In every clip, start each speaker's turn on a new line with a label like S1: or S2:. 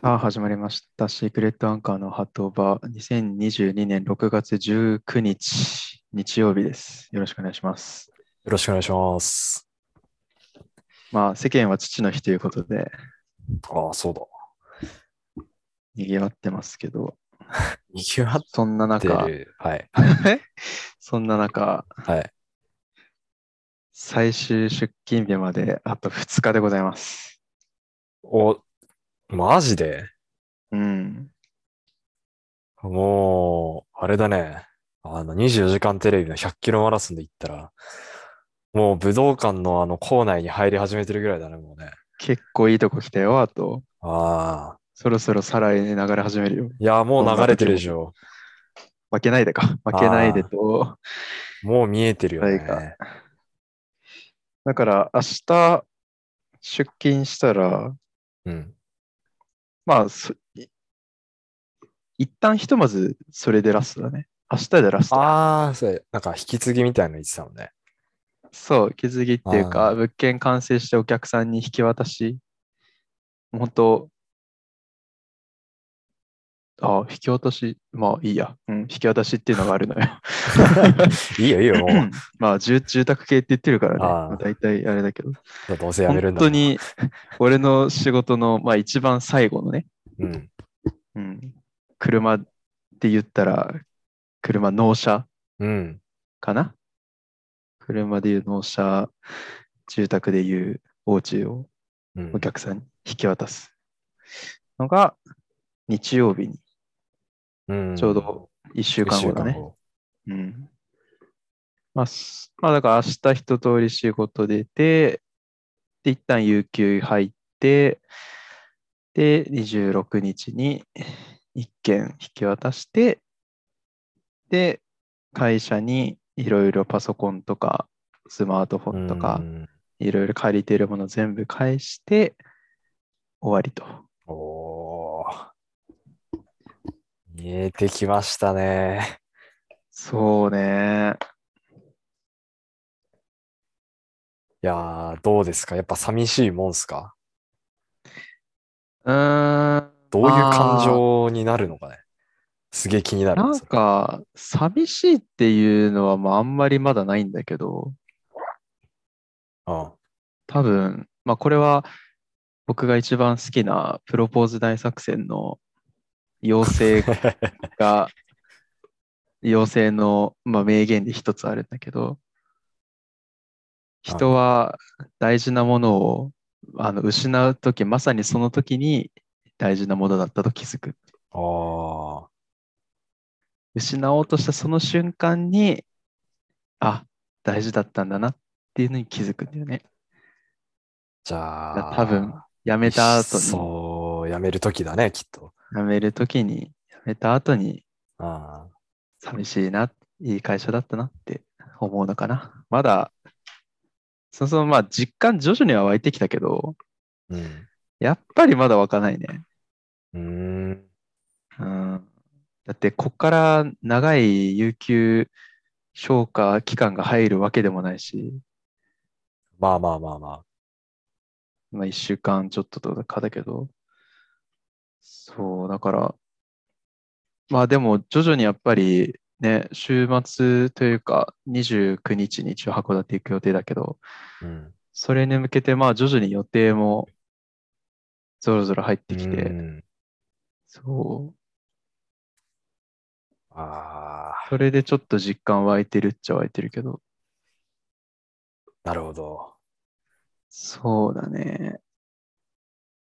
S1: さあ始まりました。シークレットアンカーのハトバ2022年6月19日、日曜日です。よろしくお願いします。
S2: よろしくお願いします。
S1: まあ、世間は父の日ということで、
S2: ああ、そうだ。
S1: 賑わってますけど、
S2: にぎわっ
S1: そんな
S2: て
S1: 中、
S2: る。はい。
S1: そんな中、
S2: はい。
S1: 最終出勤日まであと2日でございます。
S2: お、マジで
S1: うん。
S2: もう、あれだね。あの、24時間テレビの100キロマラソンで行ったら、もう武道館のあの校内に入り始めてるぐらいだね、もうね。
S1: 結構いいとこ来たよ、あと。
S2: ああ。
S1: そろそろサライに流れ始めるよ。
S2: いや、もう流れてるでしょ。
S1: 負けないでか。負けないでと。
S2: もう見えてるよ
S1: 誰
S2: ね。
S1: かだから、明日、出勤したら、
S2: うん。
S1: まあ、そい一旦ひとまずそれでラストだね。明日でラストだ。
S2: ああ、そうやなんか引き継ぎみたいなの言ってたもんね。
S1: そう、気づきっていう
S2: あ
S1: か、物件完成してお客さんに引き渡し、もう本当、あ、引き渡し、まあいいや、うん、引き渡しっていうのがあるのよ。
S2: いいよ、いいよ、もう。
S1: まあ住、住宅系って言ってるからね、
S2: あー
S1: まあ大体あれだけど、
S2: どうせやめる
S1: 本
S2: んだ
S1: 当
S2: もん。
S1: に俺の仕事の、まあ、一番最後のね、
S2: うん。
S1: うん、車って言ったら、車、納車
S2: うん。
S1: かな車で言う納車、住宅で言うお家を
S2: うん
S1: お。客さんに引き渡すのが日曜日に
S2: うん
S1: ちょうど1週間後だ
S2: 一週
S1: ね。うんまあ、すまあだから明日一通り仕事出て、で、一旦有給入って、で、26日に1件引き渡して、で、会社にいろいろパソコンとかスマートフォンとか
S2: う、ん
S1: いろいろ借りているもの全部返して、終わりと。
S2: おー見えてきましたね。
S1: そうね。
S2: いやー、どうですかやっぱ寂しいもんすか
S1: うーん。
S2: どういう感情になるのかねすげえ気になる
S1: なん
S2: それ
S1: か、寂しいっていうのは、まあ、あんまりまだないんだけど、
S2: うん
S1: 多分、まあ、これは、僕が一番好きなプロポーズ大作戦の要請 が、要請の、まあ、名言で一つあるんだけど、人は大事なものをあの失うとき、まさにその時に大事なものだったと気づく。
S2: あー
S1: 失おうとしたその瞬間に、あ、大事だったんだなっていうのに気づくんだよね。
S2: じゃあ、
S1: 多分、やめた後に、
S2: そう、やめる時だね、きっと。
S1: やめるときに、やめた後に、
S2: あ
S1: 寂しいな、いい会社だったなって思うのかな。まだ、そもそもまあ実感徐々には湧いてきたけど、
S2: ー
S1: やっぱりまだ湧かないね。
S2: うん。うーん。
S1: うん。だって、こっから長い有給消化期間が入るわけでもないし、
S2: まあまあまあま
S1: まあ、1週間ちょっととかだけど、そう、だから、まあでも徐々にやっぱりね、週末というか、29日に一応函館行く予定だけど、
S2: あ。うん。
S1: それに向けて、まあ徐々に予定もぞろぞろ入ってきて、
S2: うん
S1: そう、
S2: ああ、
S1: それでちょっと実感湧いてるっちゃ湧いてるけど、
S2: なるほど。
S1: そうだね。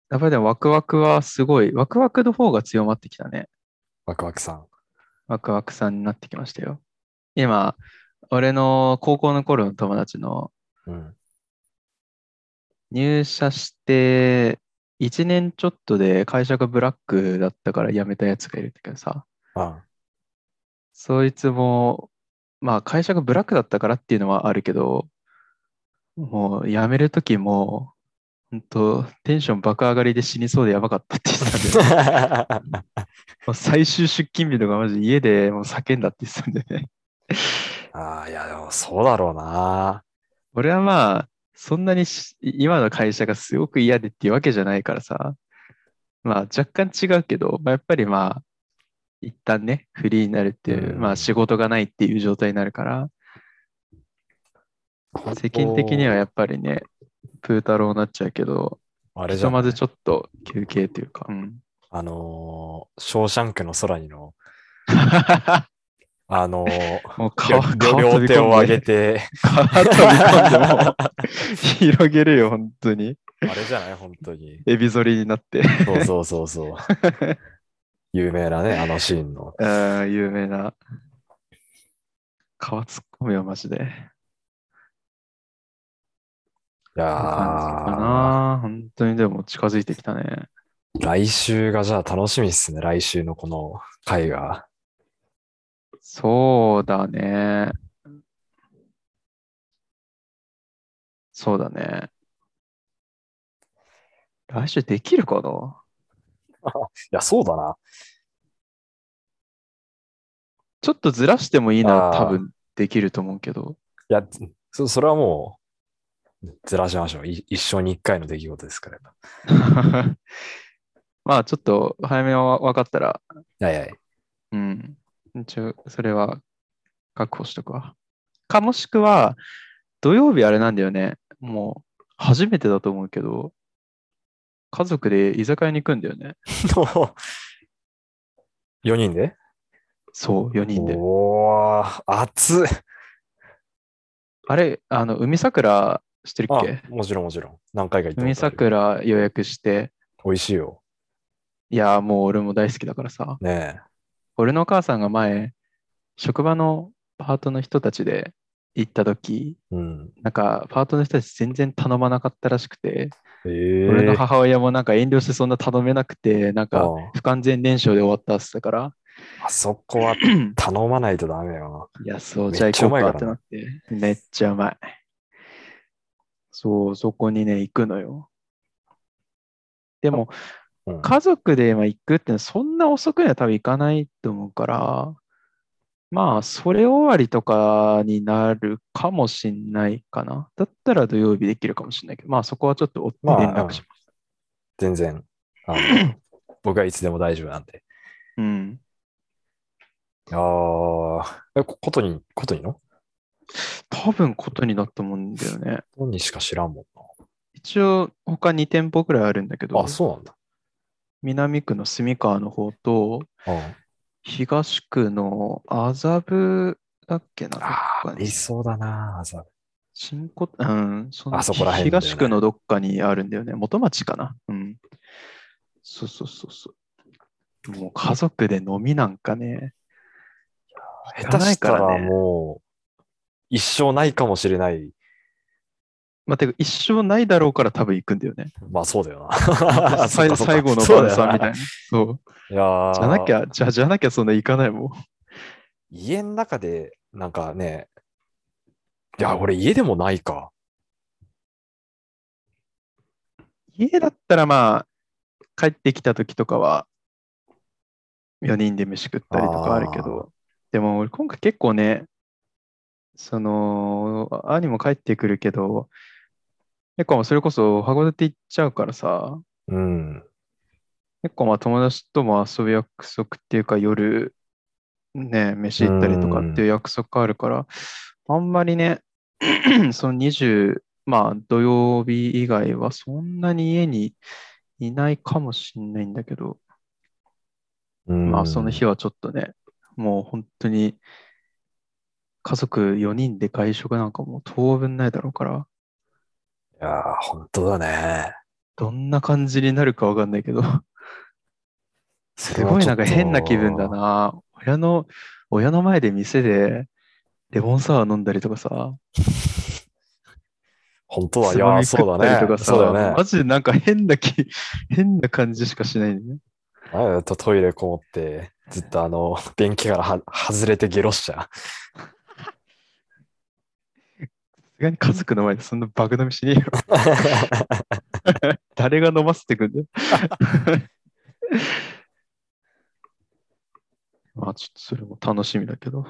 S1: やっぱりでもワクワクはすごい、ワクワクの方が強まってきたね。
S2: ワクワクさん。
S1: ワクワクさんになってきましたよ。今、俺の高校の頃の友達の
S2: うん。
S1: 入社して1年ちょっとで会社がブラックだったから辞めたやつがいるんだけどさ、
S2: あ
S1: そいつも、まあ会社がブラックだったからっていうのはあるけど、もう辞めるときも、本当テンション爆上がりで死にそうでやばかったって言ってたん だよ。もう最終出勤日とかマジ家でもう叫んだって言ってたんだよね。
S2: ああ、いや、でもそうだろうな。
S1: 俺はまあ、そんなにし今の会社がすごく嫌でっていうわけじゃないからさ、まあ若干違うけど、まあ、やっぱりまあ、一旦ね、フリーになるっていう、
S2: うん
S1: まあ仕事がないっていう状態になるから、世間的にはやっぱりね、プータローになっちゃうけど、
S2: あれ
S1: ひ
S2: じゃ
S1: と
S2: ない
S1: まずちょっと休憩というか、うん。
S2: あのー、ショーシャンクの空にの、あのー
S1: もう
S2: 両
S1: 顔、
S2: 両
S1: 顔飛び
S2: 手を
S1: 込
S2: 上
S1: んで
S2: げ、て、
S1: 顔飛び込んでも う広げるよ、本当に。
S2: あれじゃない本当に。
S1: エビ反りになって、
S2: そうそうそ うそう。有名なね、あのシーンの。
S1: あー有名な。顔突っ込むよ、マジで。
S2: いや
S1: 感じか
S2: ー
S1: な。本当にでも近づいてきたね。
S2: 来週がじゃあ楽しみっすね。来週のこの回が。
S1: そうだね。そうだね。来週できるかない
S2: や、そうだな。
S1: ちょっとずらしてもいいな、
S2: あー
S1: 多分できると思うけど。
S2: いや、そそれはもう、ずらしましょう。い一生に一回の出来事ですから。
S1: まあちょっと早めは分かったら、
S2: はいはい。
S1: うん。一応、それは確保しとくわ。かもしくは、土曜日あれなんだよね。もう、初めてだと思うけど、家族で居酒屋に行くんだよね。
S2: 4人で
S1: そう、4人で。
S2: おー、熱っ
S1: あれ、あの、海桜知ってるっ
S2: あ
S1: け
S2: もちろんもちろん。何回か行ったことある
S1: 海桜予約して、
S2: 美味しいよ。
S1: いや、もう俺も大好きだからさ。
S2: ね
S1: 俺のお母さんが前、職場のパートの人たちで行った時、
S2: え。うん。
S1: なんか、パートの人たち全然頼まなかったらしくて、
S2: ええ
S1: 俺の母親もなんか遠慮してそんな頼めなくて、なんか
S2: うん
S1: 不完全燃焼で終わったっすから、
S2: あそこは頼まないとダメよ。
S1: いや、そう、
S2: めっ
S1: じゃあ
S2: ち
S1: 行
S2: ゃう
S1: こ
S2: ま
S1: うか
S2: いか
S1: って
S2: ら
S1: な
S2: な
S1: って、めっちゃうまい。そう、そこにね、行くのよ。でも、
S2: うん
S1: 家族でまあ行くってのはそんな遅くには多分行かないと思うから、まあ、それ終わりとかになるかもしんないかな。だったら土曜日できるかもしんないけど、まあそこはちょっと追って
S2: まあ
S1: 連絡します。
S2: 全然。あの僕はいつでも大丈夫なんで。
S1: うん。
S2: ああ、えこことに、ことにの
S1: 多分ことになったもんだよね。
S2: ことにしか知らんもん
S1: 一応、他2店舗くらいあるんだけ
S2: な。
S1: ど
S2: あ、、そうなんだ。
S1: 南区の住川の方と、
S2: うん
S1: 東区の麻布だっけな、どっ
S2: ああ
S1: か、
S2: 理
S1: に。
S2: 想だな、朝。
S1: 新こうん、その
S2: あそこら辺だよね
S1: 東区のどっかにあるんだよね。元町かな。うん。そうそうそうそう。もう家族で飲みなんかね。行
S2: 下
S1: か
S2: 手
S1: ない
S2: し
S1: か
S2: た
S1: らね
S2: らもう、一生ないかもしれない。
S1: まあ、てか一生ないだろうから多分行くんだよね。
S2: まあそうだよ な。そ
S1: 最
S2: っかそっか
S1: 最後の
S2: そうだ
S1: 晩餐
S2: よ
S1: みたいな。そう。
S2: いやー
S1: じゃなきゃ、じゃじゃなきゃそんな行かないもん。
S2: 家の中で、なんかね、いや、俺家でもないか。
S1: 家だったらまあ、帰ってきた時とかは、4人で飯食ったりとかあるけど、でも俺今回結構ね、その、兄も帰ってくるけど、結構それこそ函館行っちゃうからさ、
S2: うん。
S1: 結構まあ友達とも遊ぶ約束っていうか夜、ね、飯行ったりとかっていう約束あるから、あんまりね、 その20、まあ土曜日以外はそんなに家にいないかもしんないんだけど、まあその日はちょっとね、もう本当に家族4人で外食なんかもう当分ないだろうから、
S2: いやー、本当だね。
S1: どんな感じになるかわかんないけど。
S2: す
S1: すごいなんか変な気分だ。な。親の、親の前で店でレモンサワー飲んだりとかさ、
S2: 本当だ、い
S1: つ
S2: や
S1: ま
S2: ー、
S1: み食
S2: そ
S1: っ
S2: う
S1: たり
S2: だ
S1: と
S2: ね。
S1: かさ、
S2: そうだよね
S1: マジでなんか変な気、 変な感じしかしないね。
S2: あ。とトイレこもって、ずっとあの、電気からは外れてゲロしちゃ
S1: さすがに家族の前でそんなバグ飲みしねえよ。
S2: う。
S1: 誰が飲ませてくんだよ。 まあちょっとそれも楽しみだけど。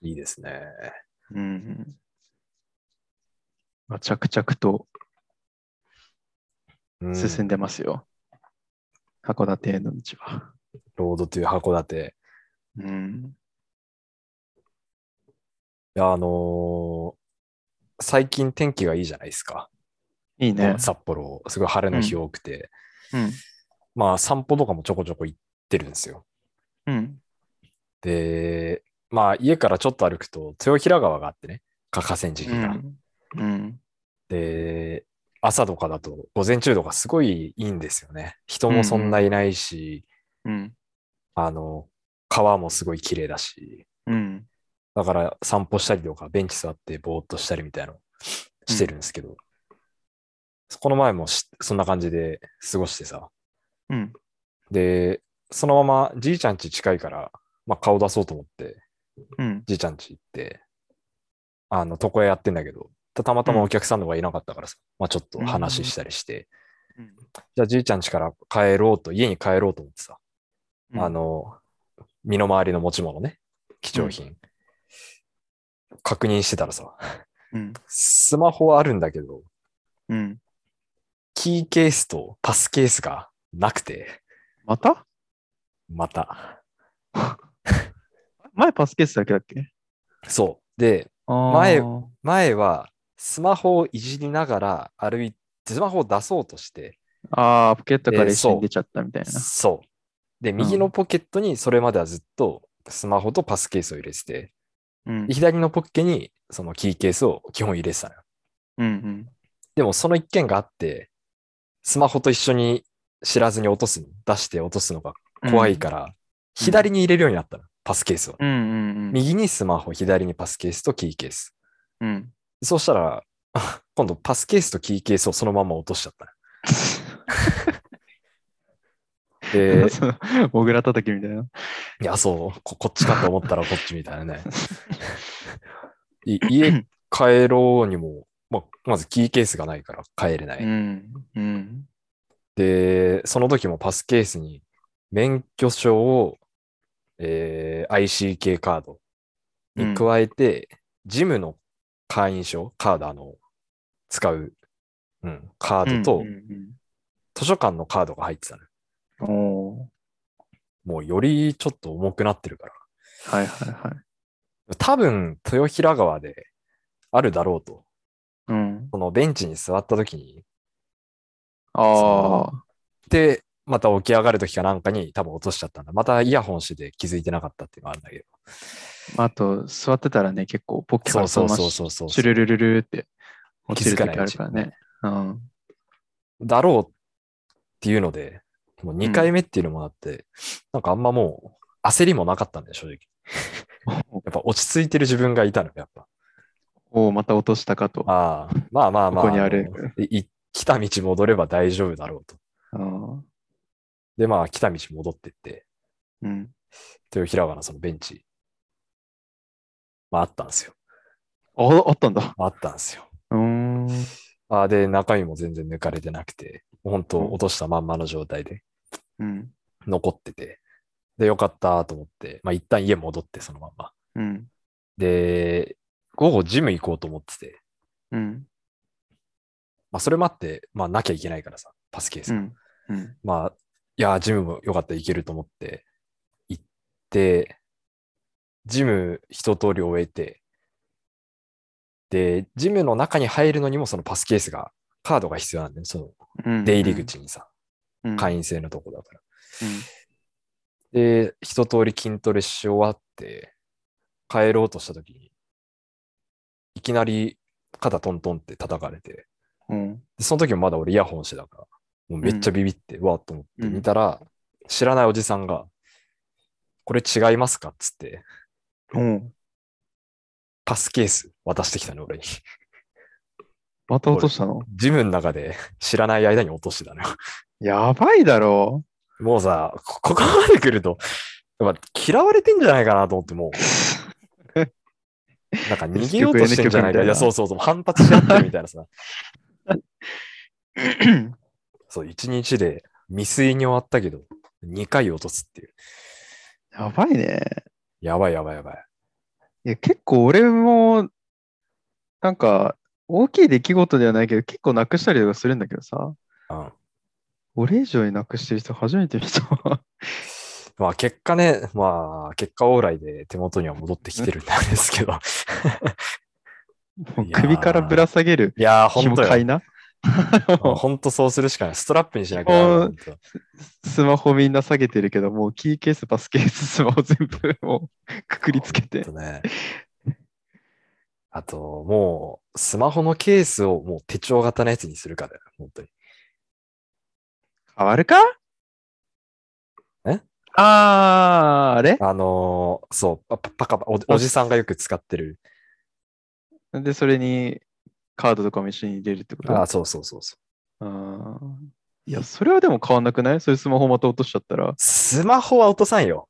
S2: いいですね。
S1: うん。まあ着々と
S2: うん
S1: 進んでますよ。函館の道は。
S2: ロードという函館。
S1: うん。
S2: いや、あのー最近天気がいいじゃないですか。
S1: いいね。
S2: 札幌、すごい晴れの日多くて、
S1: うん。
S2: まあ散歩とかもちょこちょこ行ってるんですよ。
S1: うん。
S2: で、まあ家からちょっと歩くと豊平川があってね、河川敷
S1: う
S2: が。
S1: ん。うん。
S2: で、朝とかだと午前中とかすごいいいんですよね。人もそんないないし、
S1: うん。
S2: あの、川もすごい綺麗だし、
S1: うん。
S2: だから散歩したりとか、ベンチ座ってぼーっとしたりみたいなのしてるんですけど、そこの前もしそんな感じで過ごしてさ、
S1: うん。
S2: で、そのままじいちゃん家近いから、まあ、顔出そうと思って、
S1: うん。
S2: じいちゃん家行って、あの、床屋やってんだけど、たたまたまお客さんの方がいなかったからさ、まあ、ちょっと話したりして、じゃあじいちゃん家から帰ろうと、家に帰ろうと思ってさ、
S1: うん
S2: あ、の、身の回りの持ち物ね、貴重品、確認してたらさ、
S1: うん。
S2: スマホはあるんだけど、
S1: うん。
S2: キーケースとパスケースがなくて、
S1: また
S2: また。
S1: 前パスケースだけだっけ
S2: そう。で、前
S1: 前
S2: 前はスマホをいじりながら歩いて、スマホを出そうとして、
S1: ああ、ポケットか
S2: え
S1: ら
S2: ー
S1: 一緒
S2: そう
S1: に出ちゃったみたいな。
S2: そう。で、右のポケットにそれまではずっとスマホとパスケースを入れてて、
S1: うん
S2: で左のポッケにそのキーケースを基本入れてたのよ。
S1: うん
S2: でもその一件があって、スマホと一緒に知らずに落とすの、出して落とすのが
S1: うん
S2: 怖いから、左に入れるようになったの、パスケースを。
S1: うんうんうん
S2: 右にスマホ、左にパスケースとキーケース。
S1: うん。
S2: そうしたら、今度パスケースとキーケースをそのまま落としちゃったの。で
S1: 、そのモグラ叩きみたいな。
S2: いや、そうこ、こっちかと思ったらこっちみたいな ね。い家帰ろうにも、ままずキーケースがないから帰れない。
S1: うんうん
S2: で、その時もパスケースに免許証を、えー ICK カードに加えて、ジムの会員証、カード、あの、使う、うん、カードと、
S1: うんうん
S2: 図書館のカードが入ってたの、
S1: うんお
S2: もうよりちょっと重くなってるから。
S1: ーはいはいはい。
S2: 多分、豊平川であるだろうと。
S1: うん、
S2: そのベンチに座った時に、
S1: ああ、
S2: で、また起き上がる時かなんかに多分落としちゃったんだ。またイヤホンしてて気づいてなかったっていうのがあるんだけど。
S1: あと座ってたらね、結構ポッケか
S2: そ
S1: ら
S2: うそ
S1: そうのま
S2: そ
S1: ま
S2: うそうそう。
S1: シュルルルルって落ちる
S2: 気づ
S1: 時
S2: かな
S1: あ
S2: いう
S1: る
S2: ち
S1: からね。うん、
S2: だろうっていうので、もう2回目っていうのもあって、なんかあんまもう焦りもなかったんだよ、正直。やっぱ落ち着いてる自分がいたの、やっぱ。
S1: おお、また落としたかと。
S2: ああ、まあまあまあ。
S1: ここにある
S2: のい来た道戻れば大丈夫だろうと。
S1: うん
S2: で、まあ来た道戻ってって、
S1: うん、
S2: 豊平川のそのベンチ。まああったんですよ。
S1: ああったんだ。
S2: あったんですよ。
S1: うーん
S2: ああ、で、中身も全然抜かれてなくて、もう本当
S1: うん
S2: 落としたまんまの状態で
S1: うん
S2: 残ってて、で、よかったと思って、まあ一旦家戻ってそのまんま。
S1: うん
S2: で、午後ジム行こうと思ってて、
S1: うん
S2: まあそれもあって、まあなきゃいけないからさ、パスケース
S1: う
S2: が。
S1: んうん
S2: まあ、いやー、ジムもよかった、行けると思って、行って、ジム一通り終えて、で、ジムの中に入るのにもそのパスケースが、カードが必要なんだよね、その
S1: うん
S2: 出入り口にさ、
S1: うん
S2: 会員制のとこだから。で、一通り筋トレし終わって、帰ろうとした時に、いきなり肩トントンって叩かれて、
S1: うんうん
S2: でその時もまだ俺イヤホンしてたから、もうめっちゃビビって、わーっと思って
S1: うん
S2: 見たら、知らないおじさんが、これ違いますかっつって、
S1: うん
S2: パスケース渡してきたの、俺に。
S1: また落としたの
S2: ジムの中で知らない間に落としてたのよ。
S1: やばいだろ
S2: もうさ、こ ここまで来ると、やっぱ嫌われてんじゃないかなと思って、 もう、なんか逃げようとしてんじゃない
S1: 結局 NQ みたいな
S2: か。
S1: い
S2: や、そうそうそう、反発し合ってるみたいなさ、そう、一日で未遂に終わったけど、2回落とすっていう。
S1: やばいね。
S2: やばいやばいやばい。
S1: いや、結構俺も、なんか、大きい出来事ではないけど、結構なくしたりとかするんだけどさ、
S2: うん。
S1: 俺以上になくしてる人初めて見たわ。
S2: まあ結果ね、まあ結果往来で手元には戻ってきてるんですけど。
S1: もう首からぶら下げる
S2: いやー、
S1: 紐
S2: 本当
S1: かい
S2: よ。
S1: な。
S2: もう本当そうするしかない。ストラップにしなきゃならない
S1: お
S2: 本当
S1: スマホみんな下げてるけど、もうキーケース、バスケース、スマホ全部もう くくりつけて
S2: ほ。んとね。あと、もう、スマホのケースをもう手帳型のやつにするかだよ。本当に。
S1: 変わるか
S2: え
S1: あー、あれ
S2: あのーそう、パパパカパお、おじさんがよく使ってる。
S1: で、それにカードとかも一緒に入れるってこと
S2: あ
S1: あ
S2: ーそうそうそうそう。
S1: ーいや、それはでも変わんなくないそれスマホまた落としちゃったら。
S2: スマホは落とさんよ。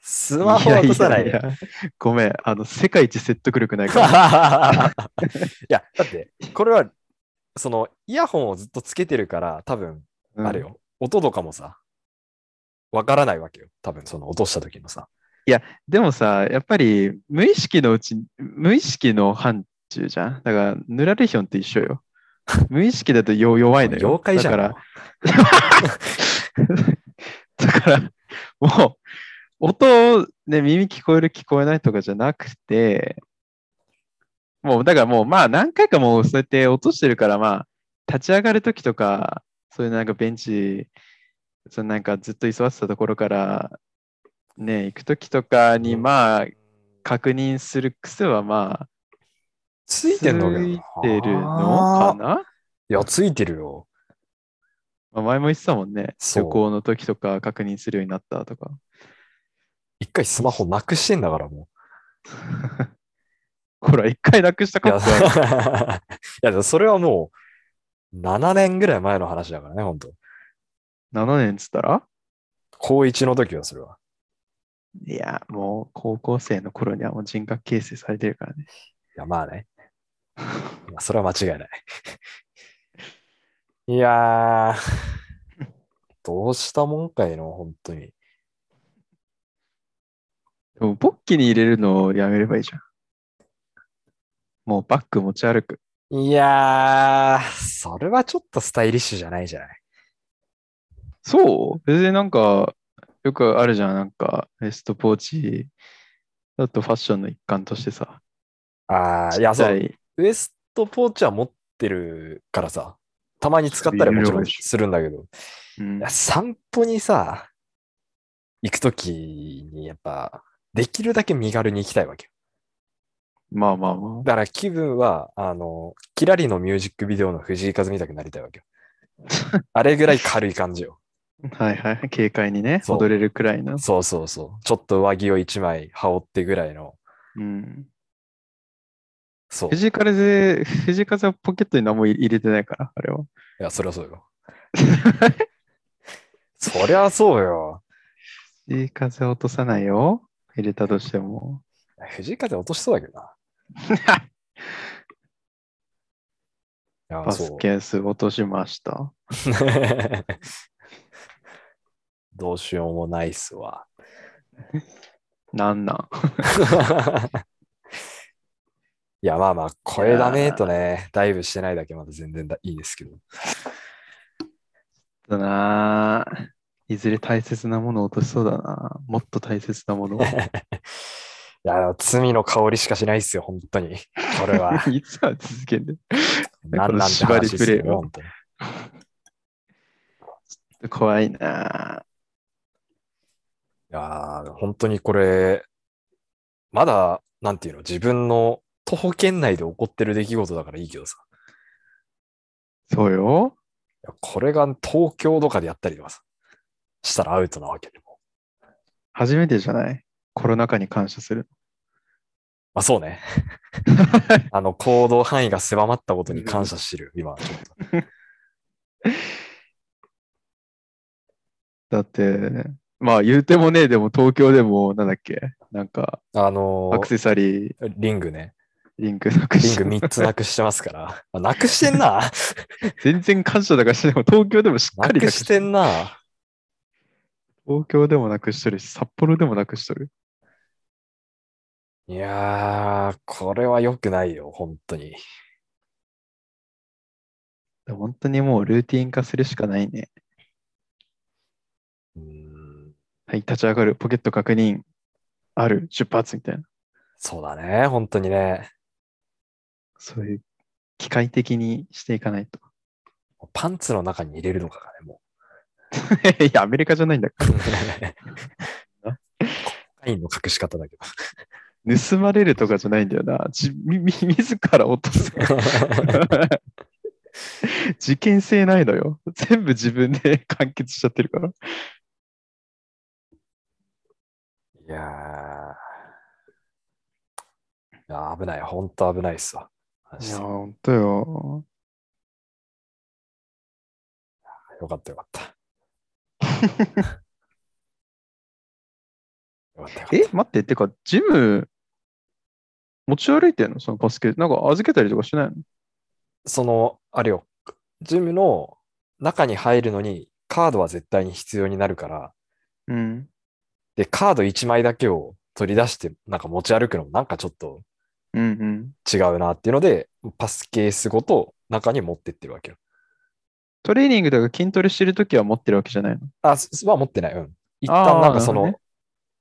S2: スマホは落とさない
S1: や
S2: よ。
S1: ややごめん、あの、世界一説得力ないから。
S2: いや、だって、これは、その、イヤホンをずっとつけてるから、多分、
S1: うん
S2: あれ。よ、音とかもさ、わからないわけよ。多分、その、落とした時のさ。
S1: でもさ、やっぱり無意識のうち、無意識の範疇じゃんだから、ヌラレヒョンって一緒よ。無意識だとよ弱いのよ。
S2: 妖怪じゃん。
S1: だから、だから、もう、音をね、耳聞こえる聞こえないとかじゃなくて、もう、だからもう、まあ、何回かもう、そうやって落としてるから、まあ、立ち上がるときとか、そういうなんかベンチ、そのなんかずっと居座ってたところから、ね、行くときとかに、
S2: うん
S1: まあ、確認する癖は、まあ、
S2: ついてんのか
S1: つ
S2: ない
S1: てるのかない
S2: や、ついてるよ。
S1: まあ前も言ってたもんね。
S2: そう
S1: 旅行の時とか確認するようになったとか。
S2: 一回スマホなくしてんだから、も
S1: ほら、一回なくした
S2: う。い
S1: か
S2: や、
S1: っこ 悪い
S2: いやでもそれはもう、7年ぐらい前の話だからね、本当
S1: 7年っつったら
S2: 高1の時はそれは。
S1: いや、もう高校生の頃にはもう人格形成されてるからね。
S2: いや、まあ ね。まあそれは間違いない。いやー、どうしたもんかいの、本当に。
S1: でも、ポッキーに入れるのをやめればいいじゃん。もうバッグ持ち歩く。
S2: いやー、それはちょっとスタイリッシュじゃないじゃない。
S1: そう別になんか、よくあるじゃん。なんか、ベストポーチ。だとファッションの一環としてさ。
S2: あー、いや、
S1: ちっち
S2: そ
S1: ゃ
S2: う。ウエストポーチは持ってるからさ、たまに使ったりもちろんするんだけど、
S1: うん
S2: いや散歩にさ、行くときにやっぱ、できるだけ身軽に行きたいわけよ
S1: まあまあま
S2: だから気分は、あの、キラリのミュージックビデオの藤井風みたくなりたいわ けよ。あれぐらい軽い感じ
S1: あ。
S2: よ。
S1: はいはい。軽快にね、
S2: そう
S1: 踊れるくらいの。
S2: そうそうそう。ちょっと上着を一枚羽織ってぐらいの。
S1: うん。
S2: そう。い
S1: 藤井風、藤井風はポケットに何も入れてないから、あれは。
S2: や、そりゃそうよ。 そりゃそうよ。
S1: 藤井風は落とさないよ。入れたとして も。
S2: 藤井風落としそうだけどな。いや、
S1: バス
S2: そう。
S1: ケース落としました。
S2: どうしようもないっすわ。
S1: なんなん。
S2: いや、まあまあ、声だねとね、ダイブしてないだけまだ全然だいいですけど。
S1: だなぁいずれ大切なものを落としそうだなもっと大切な ものを。
S2: いや、罪の香りしかしないっすよ、本当に。これ は。
S1: いつは続けんで。
S2: なんなんて話っすよ、本当に。
S1: 怖いなぁ
S2: いやー、本当にこれ、まだ、なんていうの、自分の徒歩圏内で起こってる出来事だからいいけどさ。
S1: そうよ。
S2: いやこれが東京とかでやったりとかさ、したらアウトなわけでも。
S1: 初めてじゃない。コロナ禍に感謝する。
S2: まあそう ね。あの、行動範囲が狭まったことに感謝してる、今ちょっと。
S1: だって、まあ言うてもね、でも東京でも、なんだっけ、なんか
S2: あのー
S1: アクセサリー、
S2: リングね。
S1: リンクなく
S2: リン
S1: し
S2: グ3つなくしてます から。あなくしてんな。
S1: 全然感謝だからしても、東京でもしっ
S2: な
S1: かり
S2: く
S1: なく
S2: し
S1: してて
S2: んな。
S1: 東京でもなくしとるし、札幌でもなくしとる。
S2: いやー、これは良くないよ、本当に。
S1: 本当にもうルーティン化するしかないね。
S2: うーん
S1: はい、立ち上がる、ポケット確認、ある、出発みたいな。
S2: そうだね、本当にね。
S1: そういう、機械的にしていかないと。
S2: パンツの中に入れるのかがね、も
S1: いや、アメリカじゃないんだか
S2: う。 コカインの隠し方 だけ
S1: ら。盗まれるとかじゃないんだよな。じみみ自ら落とす。
S2: ど。
S1: 事件性ないのよ。全部自分で完結しちゃってるから。
S2: いやーいやー危ない、本当危ないっすわ。マジでよ
S1: ほんとよ。
S2: かったよか った。よかったよかった
S1: え、待って、てか、ジム、持ち歩いてんのそのバスケ。なんか預けたりとかしないの
S2: その、あれよ、ジムの中に入るのにカードは絶対に必要になるから、
S1: うん。
S2: で、カード1枚だけを取り出して、なんか持ち歩くのもなんかちょっと
S1: うんうん。
S2: 違うなっていうので、パスケースごと中に持ってってるわけよ。
S1: トレーニングとか筋トレしてるときは持ってるわけじゃないの
S2: あ、すすは持ってない。うん。一
S1: あ
S2: 旦
S1: ー
S2: なんかその、
S1: なる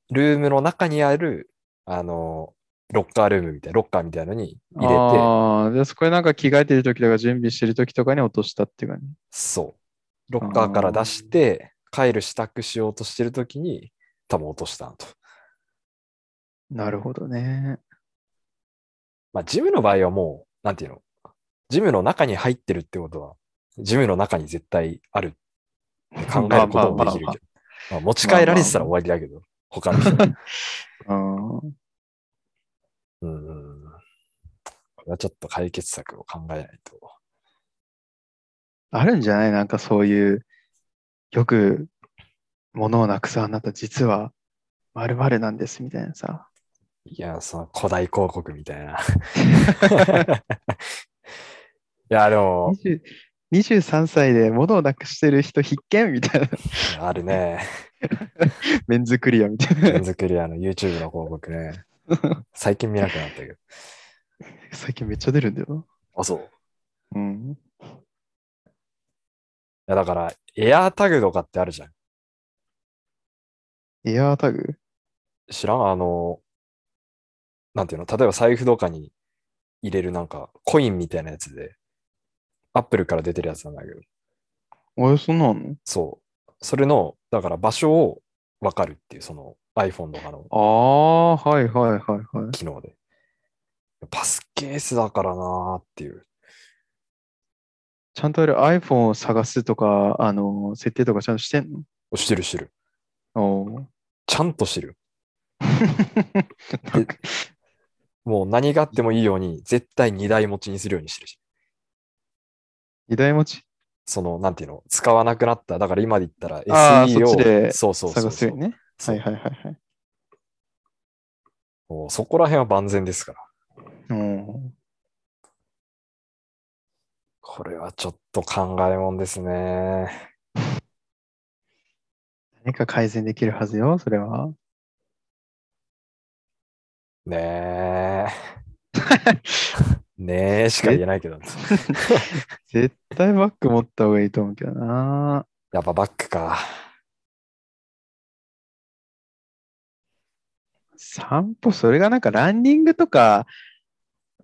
S2: ルームの中にある、あの、ロッカールームみたいな、ロッカーみたいなのに入れて、
S1: ああ、で、そこでなんか着替えてるときとか準備してるときとかに落としたっていう感じ。
S2: そう。ロッカーから出して、帰る支度しようとしてるときに、多分落としたなと。
S1: なるほどね。
S2: まあ、ジムの場合はもう、なんていうの、ジムの中に入ってるってことは、ジムの中に絶対あるって考えることもできるけど、
S1: まあまあまあまあ
S2: まあ持ち帰られてたら終わりだけど、他の人に。
S1: あー
S2: うんうんうん。これはちょっと解決策を考えないと。
S1: あるんじゃないなんかそういう、よく物をなくすあなた、実は〇〇なんですみたいなさ。
S2: いや、その古代広告みた いな。いや、でも、
S1: 20 23歳で物をなくしてる人必見み たいな。
S2: あるね。
S1: メンズクリアみ たいな。
S2: 連続リアの YouTube の広告ね。最近見なくなったけど。
S1: 最近めっちゃ出るんだよ
S2: あ、そう。い
S1: な。うん。
S2: や、だから、エアータグとかってあるじゃん。
S1: エアータグ
S2: 知らんあの、なんていうの例えば財布とかに入れるなんか、コインみたいなやつで、アップルから出てるやつなんだけど、
S1: おい、そんなのあんの
S2: そう。それの、だから場所をわかるっていう、その iPhone とかの
S1: ああー、はいはいはいはい。
S2: 機能で。パスケースだからなーっていう。
S1: ちゃんとあれ iPhone を探すとか、あの、設定とかちゃんとしてんの
S2: してるしてる。
S1: おー
S2: ちゃんとしてる。
S1: なんか
S2: もう何があってもいいように、絶対2台持ちにするようにしてるし。
S1: 二台持ち
S2: その、なんていうの使わなくなった。だから今で言ったら
S1: あー
S2: SE を、
S1: そっちで
S2: そうそうそうそ
S1: 探
S2: う
S1: すよね。はいはいはいはい。
S2: もうそこら辺は万全ですから。
S1: うん
S2: これはちょっと考えもんですね。
S1: 何か改善できるはずよ、それは。
S2: ね え。ねえしか言えな いけど、
S1: 絶対バッグ持った方がいいと思うけどな。
S2: やっぱバックか。
S1: 散歩、それがなんかランニングとか、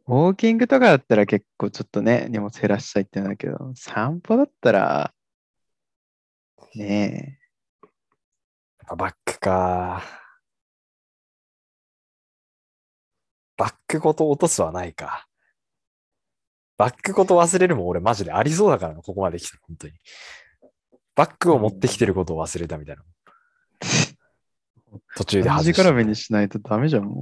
S1: ウォーキングとかだったら結構ちょっとね、荷物減らしたいってなんだけど、散歩だったら、ね
S2: やっぱバックか。バックごと落とすはないか。バックごと忘れるも俺マジでありそうだからな、ここまで来た、本当に。バックを持ってきてることを忘れたみたいな。途
S1: え、
S2: 中で
S1: 端
S2: 外
S1: 比べ
S2: し
S1: にしないとダメじゃん、も
S2: た。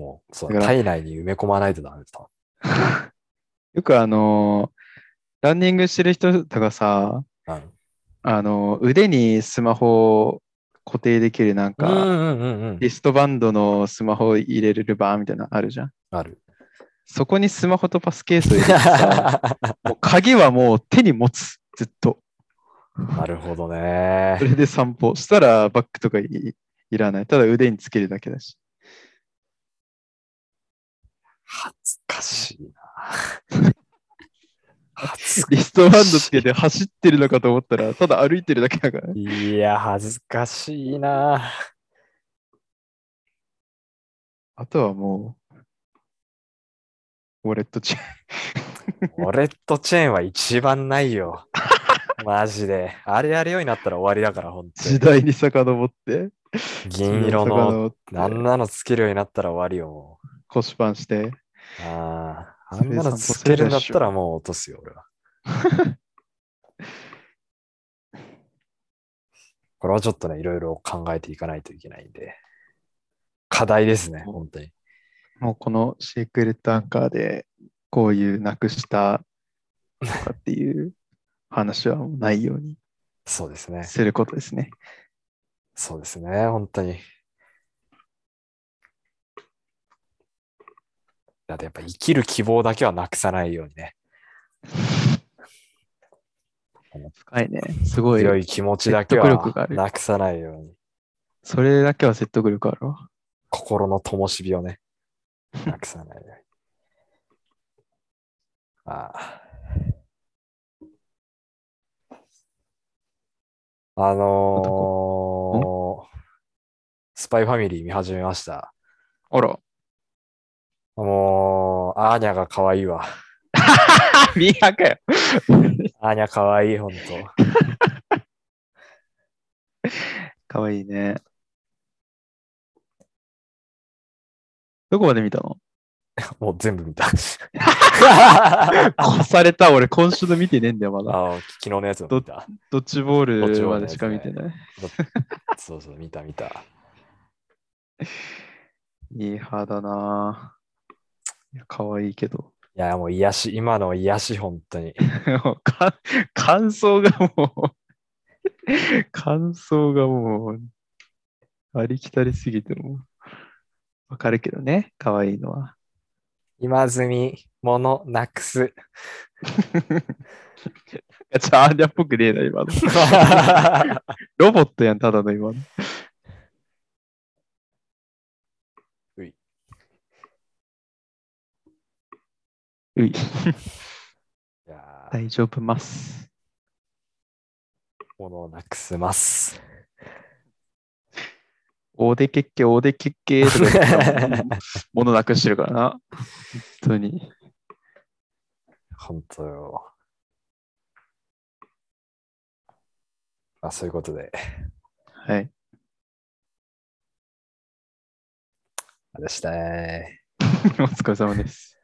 S2: もう、そう
S1: だ
S2: だ、
S1: から
S2: 体内に埋め込まないとダメだった。
S1: う。よくあのーランニングしてる人とかさ、
S2: うん
S1: あのー腕にスマホを固定できるなん
S2: うん
S1: か、
S2: うんうんうん。
S1: リストバンドのスマホを入れれるバーみたいなのあるじゃん。
S2: ある。
S1: そこにスマホとパスケースを入れてさ、もう鍵はもう手に持つ、ずっと。
S2: なるほ
S1: そ
S2: どね。
S1: れで散歩したらバッグとかいいいらない。ただ腕につけるだけだし。
S2: 恥ずかしいな。
S1: リストバンドつけて走ってるのかと思ったら、ただ歩いてるだけだから。
S2: いや、恥ずかしいな。
S1: あとはもう、ウォレットチェーン。
S2: ウォレットチェーンは一番ない よ。マジで。あれやるようになったら終わりだから、本当
S1: 時代に遡って、
S2: に。銀色の、
S1: 遡って
S2: あんなのつけるようになったら終わりよ。もう
S1: 腰パンして、
S2: ああ、あ
S1: そ
S2: ん
S1: れ
S2: なのつけるんだったらもう落とすよ、俺は。 これはちょっとね、いろいろ考えていかないといけないんで。課題ですね、
S1: うん
S2: 本当に。
S1: もうこのシークレットアンカーで、こういうなくしたとかっていう話はもうないように
S2: そうですね。
S1: することですね。
S2: そうですね、本当に。だってやっぱ生きる希望だけはなくさないようにね、
S1: 深いね。すごい。
S2: 強い気持ちだけ
S1: 説得力が
S2: は
S1: ある
S2: なくさないように、
S1: それだけは説得力あるわ。
S2: 心の灯火をね、なくさないように。 ああ。あのースパイファミリー見始めました。
S1: あら。
S2: もう、アーニャが可愛いわ。
S1: ミーハーかよ。
S2: アーニャ可愛い、ほんと。
S1: かわいいね。どこまで見たの
S2: もう全部見た。
S1: 越された。俺、今週の見てねえんだよ、まだ。
S2: あの昨日のやつも見た。
S1: ドッジボー
S2: ドッジ
S1: ル
S2: ボー
S1: まで
S2: ルのやつ
S1: しか見てない。
S2: そうそう、見た見た。
S1: ミーハーだなぁいや、かわいいけど。
S2: いや、もう癒し、今の癒し、本当に。
S1: もうか 感想がもう、感想がもう、ありきたりすぎてもう、わかるけどね、かわいいのは。
S2: 今済み、ものなく
S1: い
S2: す。
S1: や、ちょ、アーニャっぽくねえな、今の。ロボットやん、ただの今の。
S2: うい。
S1: うい。
S2: いやー
S1: 大丈夫ます。
S2: ものなくせます。
S1: 大でけっけ、大でけっけとか言ってたもん物なくしてるからな。本当に。
S2: 本当よ。まあ、そういうことで、
S1: はい。
S2: あれしたい。
S1: お疲れ様です。